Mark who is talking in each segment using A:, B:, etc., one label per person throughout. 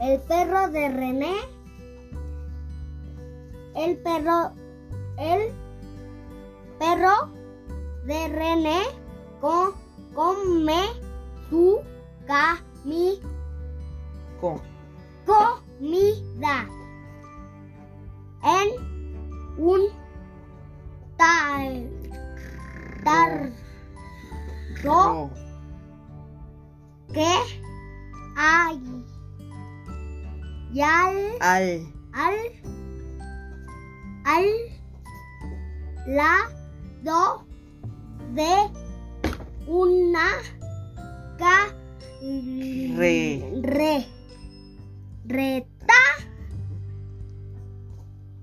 A: el perro de René, el perro, el perro de René co- come su cami-
B: Con.
A: comida en un tal tarro
B: No.
A: que hay y al
B: Al.
A: al al lado de una ca
B: Re.
A: re- reta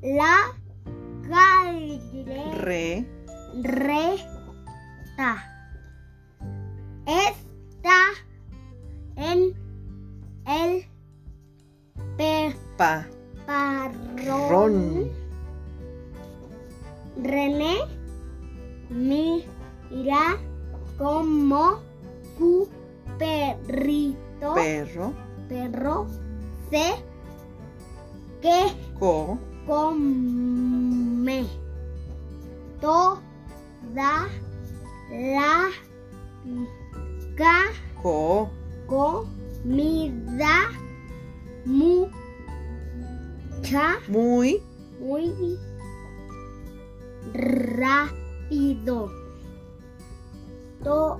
A: la calle
B: Re.
A: reta está en el
B: Pa.
A: perparrón
B: Ron.
A: René mira cómo su perrito
B: Perro.
A: perro se que
B: Co.
A: come toda la ca-
B: Co.
A: comida mucha
B: Muy.
A: muy rápido. To,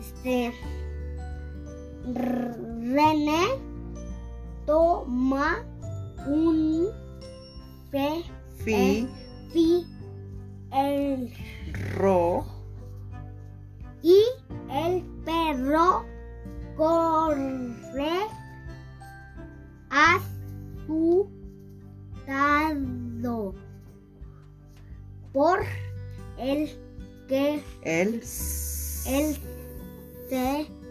A: este, R- René toma un fe,
B: Fi.
A: fi- el-
B: Ro.
A: y el perro corre asustado por el que
B: El. s-
A: él se